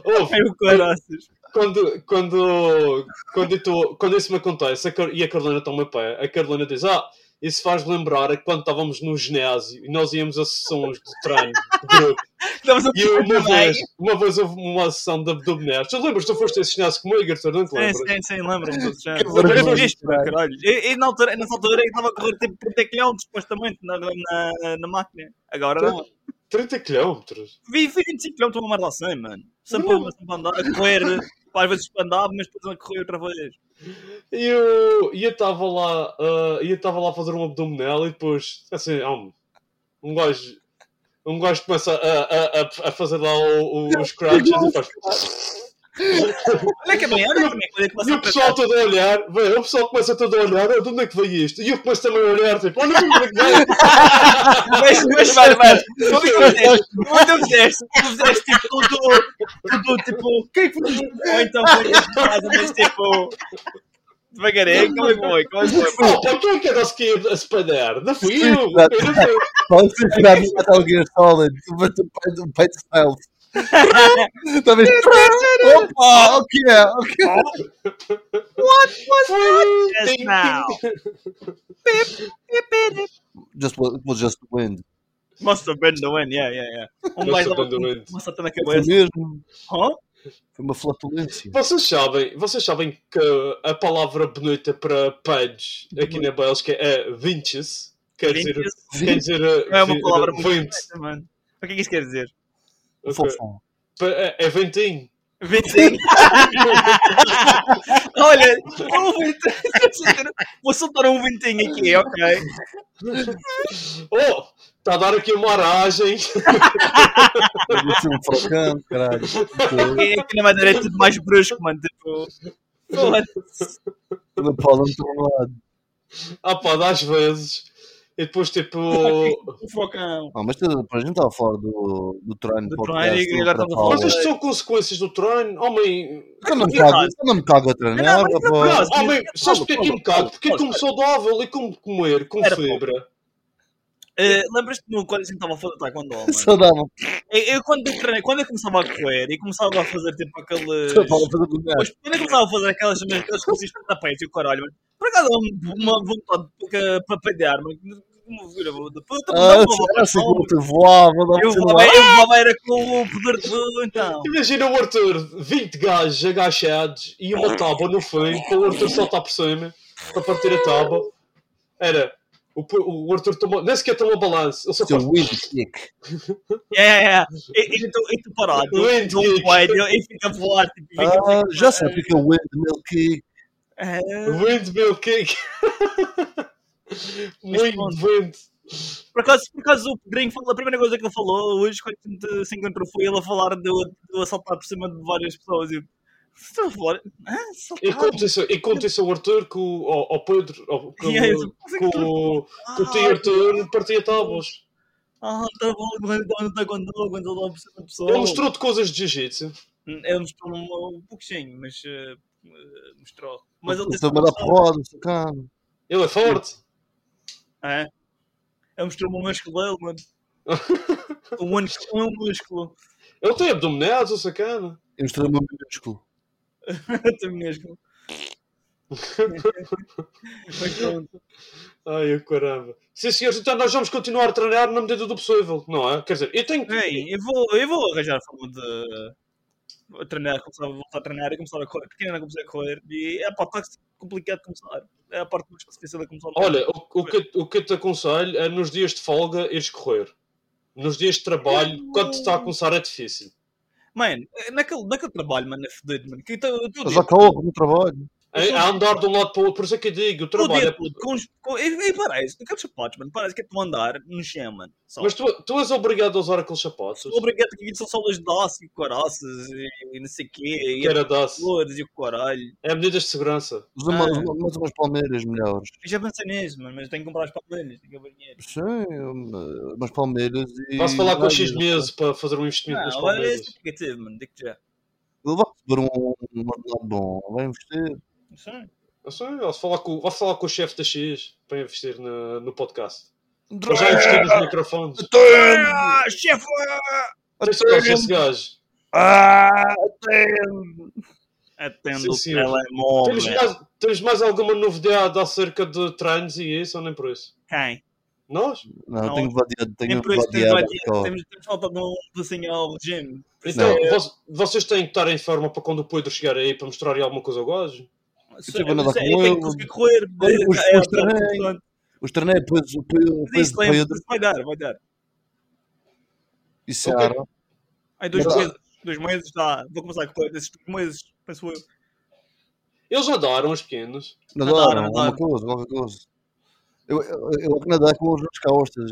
D: Oh,
E: Ai, o caraças.
D: quando, quando, quando, eu tô- quando isso me acontece a Car- e a Carolina toma pé, a Carolina diz: Ah, isso faz lembrar a quando estávamos no ginásio e nós íamos a sessões de treino de grupo.
E: Estamos a
D: E eu, uma vez, uma vez houve uma sessão de abdominais. Tu lembras? Tu foste a esse ginásio comigo, Arthur? Não te
E: Sim,
D: lembras?
E: sim, sim, lembro-me do Chan.
C: Que vergonha,
D: é
E: E, e na altura, nessa altura eu estava a correr tipo 30 km supostamente na, na, na máquina. Agora não.
D: 30 quilómetros.
E: Vi 25 km uma merda assim, mano. Sempre,
D: Não.
E: sempre a andar, a correr, às vezes para andar, mas depois a correr outra vez.
D: E eu e eu estava lá, ah, e eu estava lá a fazer um abdominal e depois, assim, há um, um gajo. Um gajo começa a, a, a- a fazer lá o, o, os crunches e faz.
E: Olha que bem, olha que bem, quando eu começo
D: E
E: a
D: o pessoal tá-
E: apertar.
D: todo a olhar, velho, o pessoal começa todo a olhar, "Ah, de onde é que veio isto? E eu começo também a olhar, tipo, olha de onde é que veio.
E: Mas, mas, mas, mas, tu fizeste, tu fizeste, tu fizeste tipo, tu, tu, tu, tipo, quem que foi? Ou então foi tipo, mais ou menos, tipo, devagarinho, como é que foi, como é que foi?
D: Oh, pá, quem é que era que ia a espadar? Não fui eu! eu
C: Exato.
D: não fui eu.
C: Pode ser tirar do Metal Gear Solid, bateu o peito stealth.
E: <laughs>
C: Talvez. Opa, o que é? O
E: Ah.
C: que é?
E: Yes, now.
C: Just, it was just the wind.
E: Must have been the win, yeah, yeah, yeah. Um
D: Must
E: mais
D: have been the
E: um,
D: win.
E: uma satã na
C: Foi
E: cabeça.
C: mesmo.
E: Hã?
C: Foi uma flatulência.
D: Vocês sabem, vocês sabem que a palavra bonita para page aqui na Bélgica é vinches? Quer dizer,
E: Vinches?
D: <laughs> quer dizer eh,
E: Não é uma
D: vi-
E: palavra
D: vinte.
E: muito bonita, mano. O que é que isso quer dizer?
D: Ok.
C: Fofão.
D: Pa- É é ventinho.
E: Ventinho. <laughs> Olha, um ventinho. <laughs> Vou soltar um ventinho aqui, ok?
D: Oh, está a dar aqui uma aragem. <laughs>
C: Deve ser um fracão, caralho.
E: Aqui, aqui na madeira é tudo mais brusco, mano. Tipo. foda-se.
C: Uma Paula me tomou lado.
D: Ah pá, dá às vezes. E depois tipo.
E: Um focão.
C: Ah, mas depois a gente estava a falar do, do treino
E: Do
C: podcast.
E: treino e agora estamos a falar
D: Mas
C: Paula.
D: isto são consequências do treino, homem.
C: Eu não me cago, eu não é, me cago a treinar,
E: Não, mas não,
D: Não,
C: rapaz.
E: mas-
D: homem,
E: Paulo,
D: sabes porque é que
E: Paulo,
D: me cago?
E: Paulo,
D: Porque é
E: Paulo,
D: como saudável e como comer, com
E: Era, Paulo.
D: fibra.
E: Eh, Lembras-te no quando a gente estava a falar do Taekwondo, mano?
C: Saudável.
E: Eu, eu quando eu treinei, quando eu começava a correr e começava a fazer tipo aqueles.
C: Estava a fazer do
E: Mas é quando eu começava a fazer aquelas aquelas coisas de tapete e o caralho, mano, por acaso há um- uma vontade para- para pedear, mano. Uma vira, vou- depois eu também
C: Ah,
E: dava uma
C: eu
E: volta.
C: assim como te voava,
E: Eu
C: dava-te
E: vou
C: lá. um
E: eu vou era com o poder de então.
D: Imagina o Arthur, 20 gajos agachados e uma tábua no fim, para o Arthur saltar por cima, para partir a tábua. Era, o, p- o Arthur tomou, nem sequer tomou balanço, ele só
C: Seu
D: faz.
C: wind stick.
E: É, é, é. E e tu e tu parado,
D: Doente.
E: não coelho, e fica a voar, tipo, e fica.
C: Ah, já sei o que é o windmill kick. Ah.
E: É,
D: Windmill
E: <laughs>
D: kick. Muito
E: pronto.
D: vento.
E: Por acaso, por acaso o Pedrinho falou, a primeira coisa que ele falou hoje quando a gente se encontrou foi ele a falar do, do assaltar por cima de várias pessoas. E eu, "Estão a falar? Ah,
D: E
E: assaltar?
D: conta isso, e conta isso ao Arthur, que o, ao, ao Pedro, ao, que,
E: E aí, eu,
D: o- que o, que o tio Arthur partia tábuas.
E: Ah, tá bom, quando quando tá quando quando eu dou por cima de pessoa. Hum,
D: Ele mostrou-te coisas de jiu-jitsu.
E: Ele mostrou um, um pouquinho, mas eh, eh, mostrou. Mas ele
C: Estou a mandar porrada, sacana.
D: Ele é forte.
E: É. Ele mostrou-me o músculo dele, mano. o único um músculo. <laughs>
D: Ele tem abdominais, o sacana.
C: Eu mostrei o meu minúsculo.
E: Até mesmo. mas pronto.
D: Ai, o caramba. Sim, senhores, então nós vamos continuar a treinar na medida do possível, não é? Quer dizer, eu tenho que.
E: Bem, eu vou, eu vou arranjar a forma de eh, treinar, começar a voltar a treinar e começar a correr. Porque ainda não comecei a correr. E é pá, está complicado de começar. É a parte mais difícil de começar.
D: Olha, o, o que, o que eu te aconselho é nos dias de folga ires correr. Nos dias de trabalho, quando te está a começar, é difícil.
E: Mano, eh, naquele, naquele trabalho, mano, é fodido, mano. Que eu tô- eu tô tipo, o
C: Mas
E: dia
C: há calor no trabalho.
D: É, é andar de um lado para o outro, por isso é que eu digo, o
E: todo, o dia
D: trabalho é.
E: todo, com os, com, e, e parece, naqueles sapatos, mano, parece que é tu andar no chão, mano. Só.
D: Mas tu, tu és obrigado a usar aqueles sapatos.
E: Obrigado, que aqui são só os doces e caraças e, e não sei o quê, e
D: Que
E: as
D: era dar-se.
E: flores e o caralho.
D: É medidas de segurança.
C: Mas uma-
E: Ah.
C: Mas umas palmeiras melhores.
E: Eu já pensei nisso, mano, mas tenho que comprar as palmeiras, tenho que haver dinheiro.
C: Sim, um- umas palmeiras e.
D: Posso falar com o
C: Ah,
D: X meses para fazer um investimento nas
E: Não, olha
D: palmeiras.
E: isso é negativo, mano, digo já.
C: Ele vai receber um, um ordenado bom, vai investir.
E: Sim.
D: Eu sei, vá-se falar com, vá falar com o chefe da X para investir na- no podcast. Eu já investi
C: Drake!
D: nos microfones.
E: Ah, chefe!
D: Tem que ser esse gajo.
E: Ah, Atendo
D: Sim,
E: o
D: senhor.
E: telemóvel.
C: né?
D: Temos mais, temos mais alguma novidade acerca de treinos e isso, ou nem por isso?
E: Quem?
D: Nós?
C: Não,
E: Não.
C: tenho vadeado, tenho um
E: Nem por isso temos
C: vadeado.
E: vadeado. Temos temos faltado um assim ao regime.
D: Então,
C: Não.
D: vo- vocês têm que estar em forma para quando o Pedro chegar aí para mostrar alguma coisa ao gajo?
E: Sim,
C: tive a
E: mas
C: nadar
E: é,
C: tipo, com
E: eu tenho
C: ele.
E: que conseguir correr.
C: os-
E: É, é,
C: os
E: é,
C: treinos.
E: portanto,
C: Os torneios, depois, depois,
E: Mas
C: depois,
E: isso lembra-
C: depois,
E: vai dar, vai dar.
C: isso
D: Ok.
C: era.
E: Aí dois
C: Mas-
E: meses, dois meses dá. Vou começar com esses dois meses, penso eu.
D: Eles nadaram, os pequenos.
C: Nadaram,
E: Nadaram,
C: alguma
E: nadaram.
C: coisa, qualquer coisa. Eu, eu, eu que nadar com os meus costas.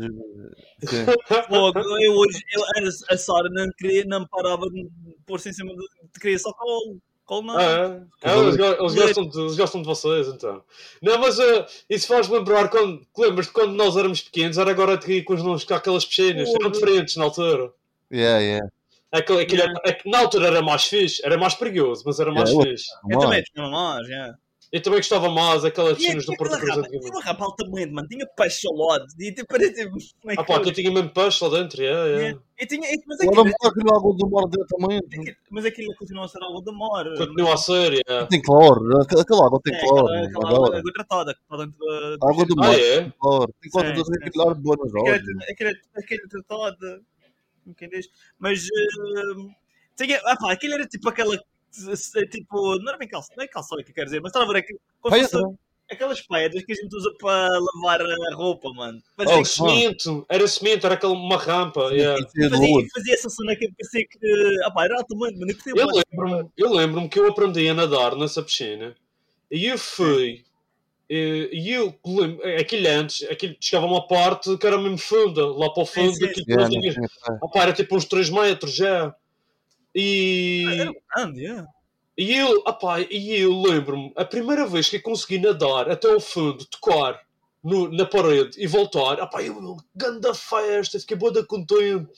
E: <laughs>
C: eh, ok.
E: Logo, eu hoje, eu, a- a Sara não, queria, não parava de me pôr-se em cima de. Queria só colo. Colo não.
D: Ah, é? Ah, eles, go- eles gostam de, eles gostam de vocês, então. Não, mas ah, isso faz lembrar quando. Lembras de quando nós éramos pequenos? Era agora de ir com os nomes com aquelas piscinas. Eram diferentes na altura.
C: Yeah, yeah.
D: Aquilo, aquilo era- é que na altura era mais fixe, era mais perigoso, mas era mais
C: É, eu-
D: fixe.
E: Eu
C: Vamos lá.
E: também tinha mamães, é.
D: Eu também gostava mais daquelas
E: Tinha
D: piscinas do Porto Cruz
E: uma
D: antigamente.
E: rapaz altamente, mano. Tinha peixe ao lado. E tipo, era tipo. como é
D: Ah,
E: que
D: pá,
E: era?
D: que eu tinha mesmo peixe lá dentro, yeah, yeah.
E: Eu tinha. Mas
C: Agora
E: aquilo,
C: vamos lá criar algo do mar dentro também.
E: mas aquilo continua a ser algo de mar.
D: Continua a ser, yeah.
C: Tem cloro, aqu- aquela água tem né?
E: É,
C: cloro.
E: aquela, aquela água,
C: adoro.
E: água tratada que está dentro da.
C: A água do mar
D: Ah, é?
C: tem cloro. Tem cloro,
E: Sim,
C: mas
E: sim.
C: aquele ar de Buenos Aires.
E: aquele, aquele, aquele tratado, como quem diz, mas eh, tinha, ah, pá, aquilo era tipo aquela, eh, tipo, não era bem calço, não é calçói que eu quero dizer, mas estava a ver aqui, como se
C: Pedra.
E: fosse aquelas pedras que a gente usa para lavar a roupa, mano. Fazia,
D: Era Oh, cimento, era cimento, era aquela, uma rampa, yeah.
C: Tem
E: fazia,
C: lodo.
E: fazia essa cena que eu pensei que, ah, pá, era altamente, mano, eu pensei,
D: Eu
E: pá,
D: lembro-me eu lembro que eu aprendi a nadar nessa piscina e eu fui. eh, E eu lembro, aquilo antes, aquilo chegava a uma parte que era mesmo funda, lá para o
E: Sim,
D: fundo,
E: sim.
D: aquilo
C: Yeah, né?
D: tinha-
E: assim.
C: não sei.
D: Ah, pá, era tipo uns 3 metros já.
E: era
D: E,
E: grande, é.
D: e eu, ah, pá, e eu lembro-me, a primeira vez que eu consegui nadar até ao fundo, tocar no- na parede e voltar, ah, pá, eu, ganda festa, fiquei boa da contente.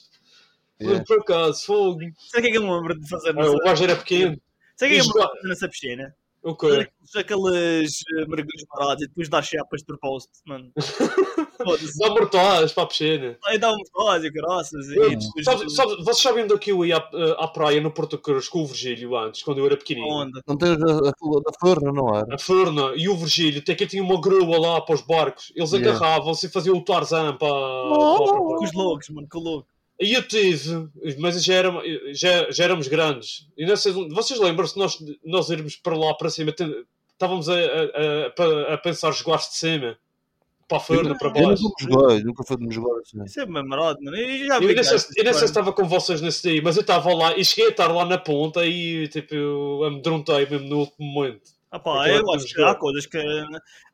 C: Yeah.
D: Lembro Por acaso, fogo.
E: Sabe o que é que eu me lembro de fazer
D: Ah,
E: nessa,
D: o gajo era pequeno.
E: sabe o que é que eu me
D: Lisboa.
E: lembro de fazer nessa piscina?
D: O
E: Fazer
D: quê?
E: aqueles- Aqueles eh, mergulhos parados e depois dar chapas de propósito, mano.
D: <laughs>
E: Foda-se.
D: Dá mortais para a piscina.
E: Aí dá um voz e graças. E tipo,
D: Eu-
E: depois
D: sabe- sabe- né? vocês sabem onde é que eu ia à, à praia no Porto Cruz com o Virgílio antes, quando eu era
E: a
D: pequenino?
E: onda.
C: Não tens a- aquilo da forna, não é? era?
D: A Furna e o Virgílio, até que tinha uma grua lá para os barcos. Eles
C: Yeah.
D: agarravam-se e faziam o Tarzan para. para-
E: Com
D: para-
E: os loucos, mano, com o louco.
D: E eu tive, mas já, era, já, já éramos grandes. E não sei- vocês lembram-se de nós, nós irmos para lá para cima? Tem- Estávamos a, a- a- a pensar jogar de cima para a Furna, para
C: Eu nunca
D: baixo.
C: me joguei, nunca fui de me jogar assim.
E: Isso é memorado, mano. Eu já
D: <laughs> Eu
E: vi.
D: nem sei
E: gajos
D: se- eu nem sei se
E: que-
D: estava com vocês nesse dia, mas eu estava lá e cheguei a estar lá na ponta e tipo, eu amedrontei mesmo no último momento.
E: Ah pá,
D: Aquela
E: eu
D: que
E: acho que
D: jogou.
E: há coisas que.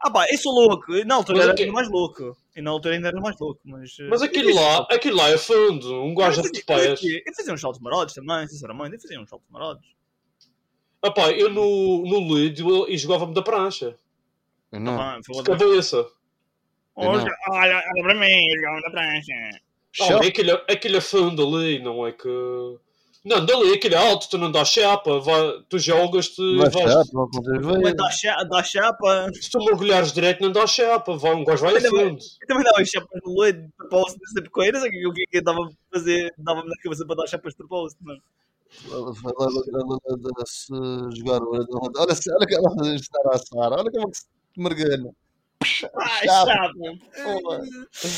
E: Ah pá, eu sou louco. E Na altura
D: Mas
E: era
D: o quê?
E: ainda mais louco. E na altura ainda era mais louco, mas. eh,
D: Mas aquilo lá, aquilo lá é fundo, um gajo
E: eu
D: de
E: fazia- eu
D: pés.
E: fazia- Eu fazia uns saltos marotos também, sinceramente. Eu fazia uns saltos marotos.
D: Epá, eu no, no Lídio e jogava-me da prancha,
C: Eu não.
E: Ah,
D: de
E: foda-se.
D: cabeça.
C: não.
E: Olha, olha, olha para mim, olha na prancha.
D: Não, aquilo, aquilo é fundo ali, não é que. Não, dali aquilo é alto, tu não dás chapa, vai- tu jogas, tu
C: Vai
D: vais-
C: ficar, não acontece.
E: Mas
C: Vai-
E: dá cha- dá chapa.
D: se tu mergulhares direto, não dás chapa, vai, um gajo vai a
E: Olha, vai-
D: fundo.
E: Eu também dava chapas no leite de propósito, não sei porquê, não sei o que- o que é que eu dava a fazer, dava-me na cabeça para dar chapas de propósito, mano.
C: Ela- ela- ela- ela- se jogar o- Olha, se- olha que ela vai estar a assar, olha como é que se mergulha.
E: Ah,
C: Chapa.
E: chapa!
C: Porra.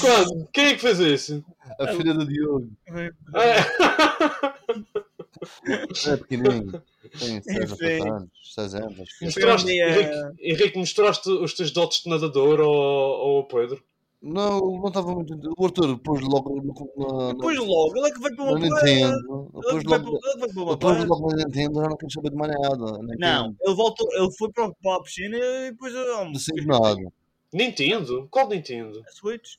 D: Quando? Quem é que fez
E: <laughs>
D: isso?
C: A filha do Diogo
D: É.
C: é pequenininho, tem 6
E: Enfim.
C: anos, 6 anos. acho que é.
D: Mostraste,
E: Foi um dia-
D: Henrique, Henrique, mostraste os teus dotes de nadador ao, ao Pedro?
C: Não, ele não estava muito. O Arthur pôs logo no. no,
E: Depois
C: no
E: logo, ele é que vai para
C: no
E: uma
C: Nintendo.
E: Ele é
C: Pôs
E: que vai
C: logo,
E: para- ele vai para uma
C: ele pôs
E: praia.
C: logo no Nintendo, já não queria saber de mais nada. nem
E: Não,
C: Nintendo.
E: ele voltou, ele foi para para a piscina e depois oh,
C: Não sei de nada.
D: Nintendo? Qual Nintendo?
E: a Switch,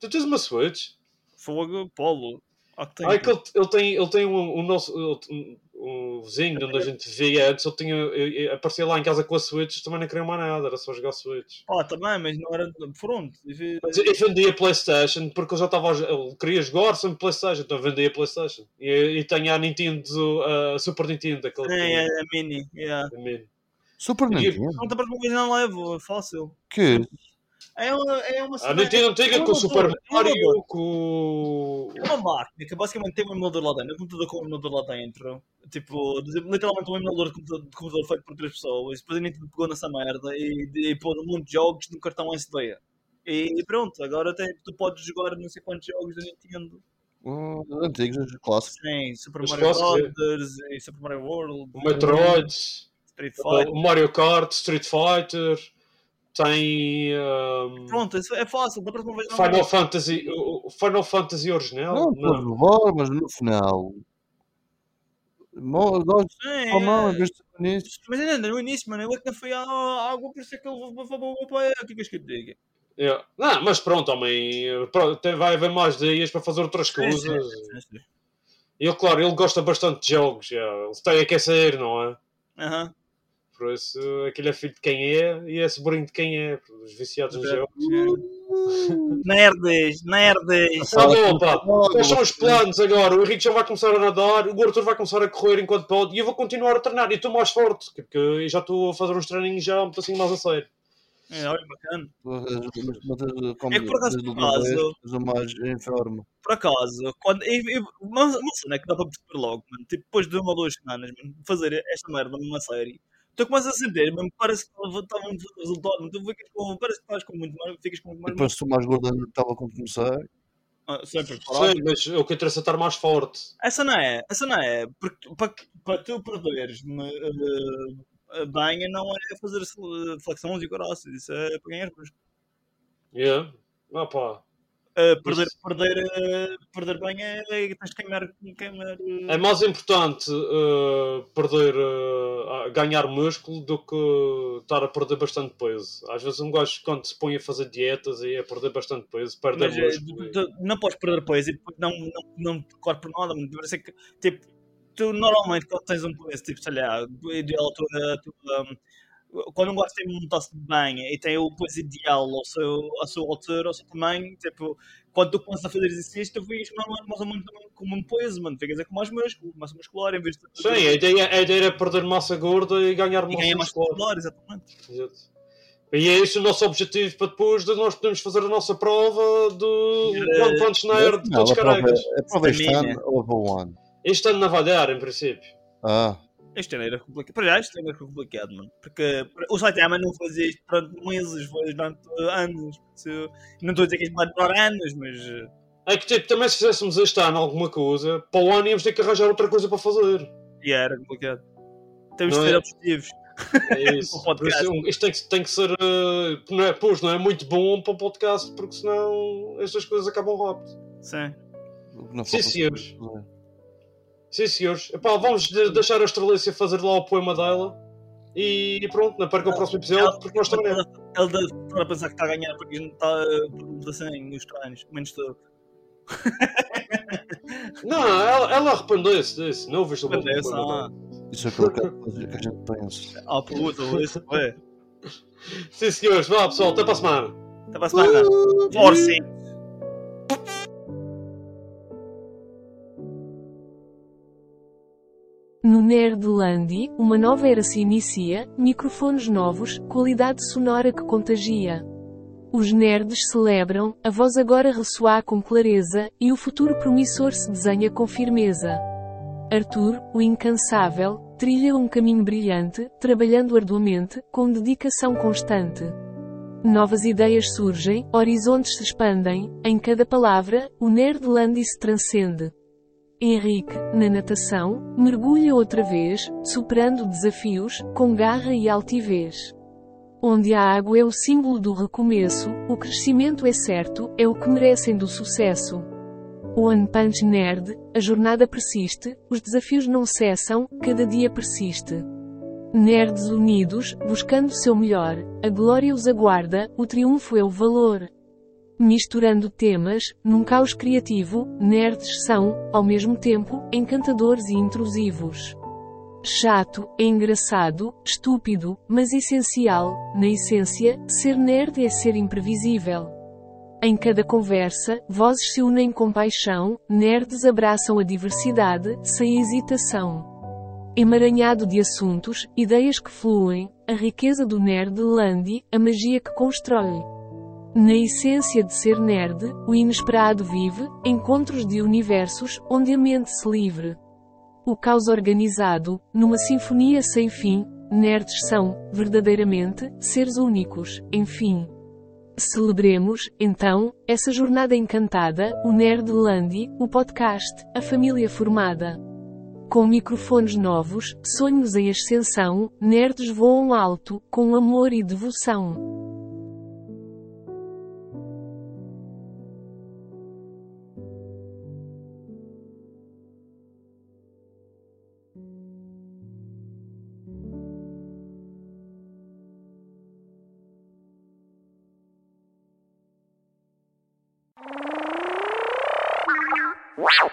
D: Tu tens uma Switch?
E: fogo, polo. Ah, que tem.
D: Ah, é que ele, ele tem, ele tem um, um nosso. um- um vizinho de onde a gente via antes, ele tinha, eu- eu- aparecia lá em casa com a Switch, também não queria mais nada, era só jogar Switch.
E: Pá, também, mas não era. Pronto. e-
D: Mas é eu vendia Playstation porque eu já estava, a jo- eu queria jogar sempre Playstation, então eu vendia Playstation. E, e tenho a Nintendo, a Super Nintendo, aquele
E: É, é, é mini. Yeah.
D: que- também.
C: Super
D: E-
C: Nintendo?
E: Não, então para uma vez não levo, é fácil.
C: Que?
E: É uma. É uma é
D: A
E: cena-
D: Nintendo antiga com o
E: emulador,
D: Super Mario,
E: emulador.
D: com...
E: É uma máquina que basicamente tem um emulador lá dentro, um computador com um emulador lá dentro. Tipo, literalmente um emulador de computador, de computador feito por três pessoas. Depois a Nintendo pegou nessa merda e, e pôs um monte de jogos no cartão SD. E pronto, agora tem, tu podes jogar não sei quantos jogos da Nintendo.
C: Hum, Antigos, clássicos.
E: Sim, Super
D: Os
E: Mario
D: clássicos,
E: Brothers, e Super Mario World,
D: o Metroid,
E: Street Fighter.
D: o Mario Kart, Street Fighter, tem... um,
E: Pronto, isso é fácil, da próxima vez não
D: Final
E: vai.
D: Fantasy, o o Final Fantasy original?
C: Não, por favor, mas no final. Mo- Nós
E: Sim,
C: falamos,
E: é.
C: viste nisso.
E: Mas ainda no início, mano, eu é que não fui à à água, por isso é que eu vou- vou vou- vou para o que é que eu te digo?
D: Yeah. é. Não, mas pronto, homem, pronto, tem- vai haver mais dias para fazer outras coisas. Ele, claro, ele gosta bastante de jogos, yeah. ele tem a que sair, não é?
E: Aham.
D: Por isso, aquele é filho de quem é e é sobrinho de quem é, os viciados nos jogos.
E: Nerds, nerds.
D: Tá bom, pá. Quais são os planos agora? O Henrique já vai começar a nadar, o Arthur vai começar a correr enquanto pode e eu vou continuar a treinar. E estou mais forte, porque eu já estou a fazer uns treininhos já um bocadinho mais a sério.
E: É, olha, bacana.
C: É
E: É que por acaso, por acaso-
C: Mas o mais em forma.
E: Por acaso, quando. Eu, eu, uma, uma cena que dá para perceber logo, mano. Tipo, depois de uma ou duas semanas, mano, de fazer esta merda numa série. Tu começas a sentir, mano, parece que estava um resultado, mano, tu ficas com, parece que estás com muito mais, ficas com muito
C: E
E: mais.
C: depois sou mais gordo ainda que estava quando comecei.
E: Ah, sempre,
D: Sim, mas o que interessa é estar mais forte.
E: Essa não é, essa não é. Porque tu- para, que- para tu perderes-me eh, bem, não é fazer eh, flexões e coraças. Isso é para ganhar músculo.
D: Yeah. Ah, pá.
E: Uh, perder, perder, uh, perder bem é, é tens de queimar, queimar uh,
D: É mais importante uh, perder, uh, a- ganhar músculo do que estar a perder bastante peso. Às vezes um gajo, quando se põe a fazer dietas e a perder é? bastante peso, perde
E: mas, uh,
D: músculo.
E: tu- tu não podes perder peso e depois não, não, não te corre por nada. mano. Deve ser que, tipo, tu normalmente quando tens um peso, tipo, sei lá, ideal, tu, uh, tu, um, quando um gajo tem um taço de banho e tem o peso ideal ao seu, à sua altura, ao seu tamanho, tipo, quando tu começas a fazer exercício, tu ficas normalmente é mais ou menos com o mesmo peso, mano. Ficas é com mais músculo, massa muscular, em vez de.
D: Sim, é a ideia, a ideia era perder massa gorda e ganhar
E: E
D: massa
E: ganhar mais
D: muscular.
E: muscular, exatamente.
D: Exato. E é esse o nosso objetivo para depois de nós podermos fazer a nossa prova do One Punch Nerd de
C: é, Não,
D: todos
C: a prova,
D: caracas.
C: a prova é este
E: Estamina.
C: ano houve um ano.
D: Este ano não vai dar, em princípio.
C: Ah,
E: Este ano era complicado. Para já, este ano era complicado, mano. Porque o Saitama não fazia isto durante meses, foi durante uh, anos. Se- Não estou a dizer que isto vai demorar anos, mas. uh,
D: É que tipo, também se fizéssemos este ano alguma coisa, para o ano íamos ter que arranjar outra coisa para fazer.
E: Yeah, era complicado. Temos
D: Não
E: de ter
D: é?
E: objetivos.
C: <laughs>
D: É isso.
E: O podcast.
D: Por isso, isto tem que, tem que ser. eh, não é, pois, não é muito bom para o podcast, porque senão estas coisas acabam rápido.
E: Sim.
C: não
D: Sim,
C: falta-
D: senhores. Sim, senhores. Epá, vamos de- deixar a Estrelícia fazer lá o poema dela. E, pronto, não perca o próximo episódio, porque nós também.
E: Ele ele deve estar a pensar que está a ganhar porque não está uh, assim, os treinos. Menos tu.
D: Não, ela, ela arrependeu-se disso. Não ouviste o poema
E: Arrependeu-se,
D: dela.
C: Isso é aquilo que eu quero fazer, que a gente pensa.
E: Ah, puta, isso. é? Ué.
D: Sim, senhores. Vá, pessoal. Até para a semana.
E: Até para a
D: Uh,
E: semana. Força!
G: No Nerdland, uma nova era se inicia, microfones novos, qualidade sonora que contagia. Os nerds celebram, a voz agora ressoar com clareza, e o futuro promissor se desenha com firmeza. Arthur, o incansável, trilha um caminho brilhante, trabalhando arduamente, com dedicação constante. Novas ideias surgem, horizontes se expandem, em cada palavra, o Nerdland se transcende. Henrique, na natação, mergulha outra vez, superando desafios, com garra e altivez. Onde a água é o símbolo do recomeço, o crescimento é certo, é o que merecem do sucesso. One Punch Nerd, a jornada persiste, os desafios não cessam, cada dia persiste. Nerds unidos, buscando seu melhor, a glória os aguarda, o triunfo é o valor. Misturando temas, num caos criativo, nerds são, ao mesmo tempo, encantadores e intrusivos. chato, é engraçado, estúpido, mas essencial, na essência, ser nerd é ser imprevisível. Em cada conversa, vozes se unem com paixão, nerds abraçam a diversidade, sem hesitação. Emaranhado de assuntos, ideias que fluem, a riqueza do nerd Landi, a magia que constrói. Na essência de ser nerd, o inesperado vive, encontros de universos, onde a mente se livre. O caos organizado, numa sinfonia sem fim, nerds são, verdadeiramente, seres únicos, enfim. Celebremos, então, essa jornada encantada, o Nerdlandi, o podcast, a família formada. Com microfones novos, sonhos em ascensão, nerds voam alto, com amor e devoção.
F: Wow.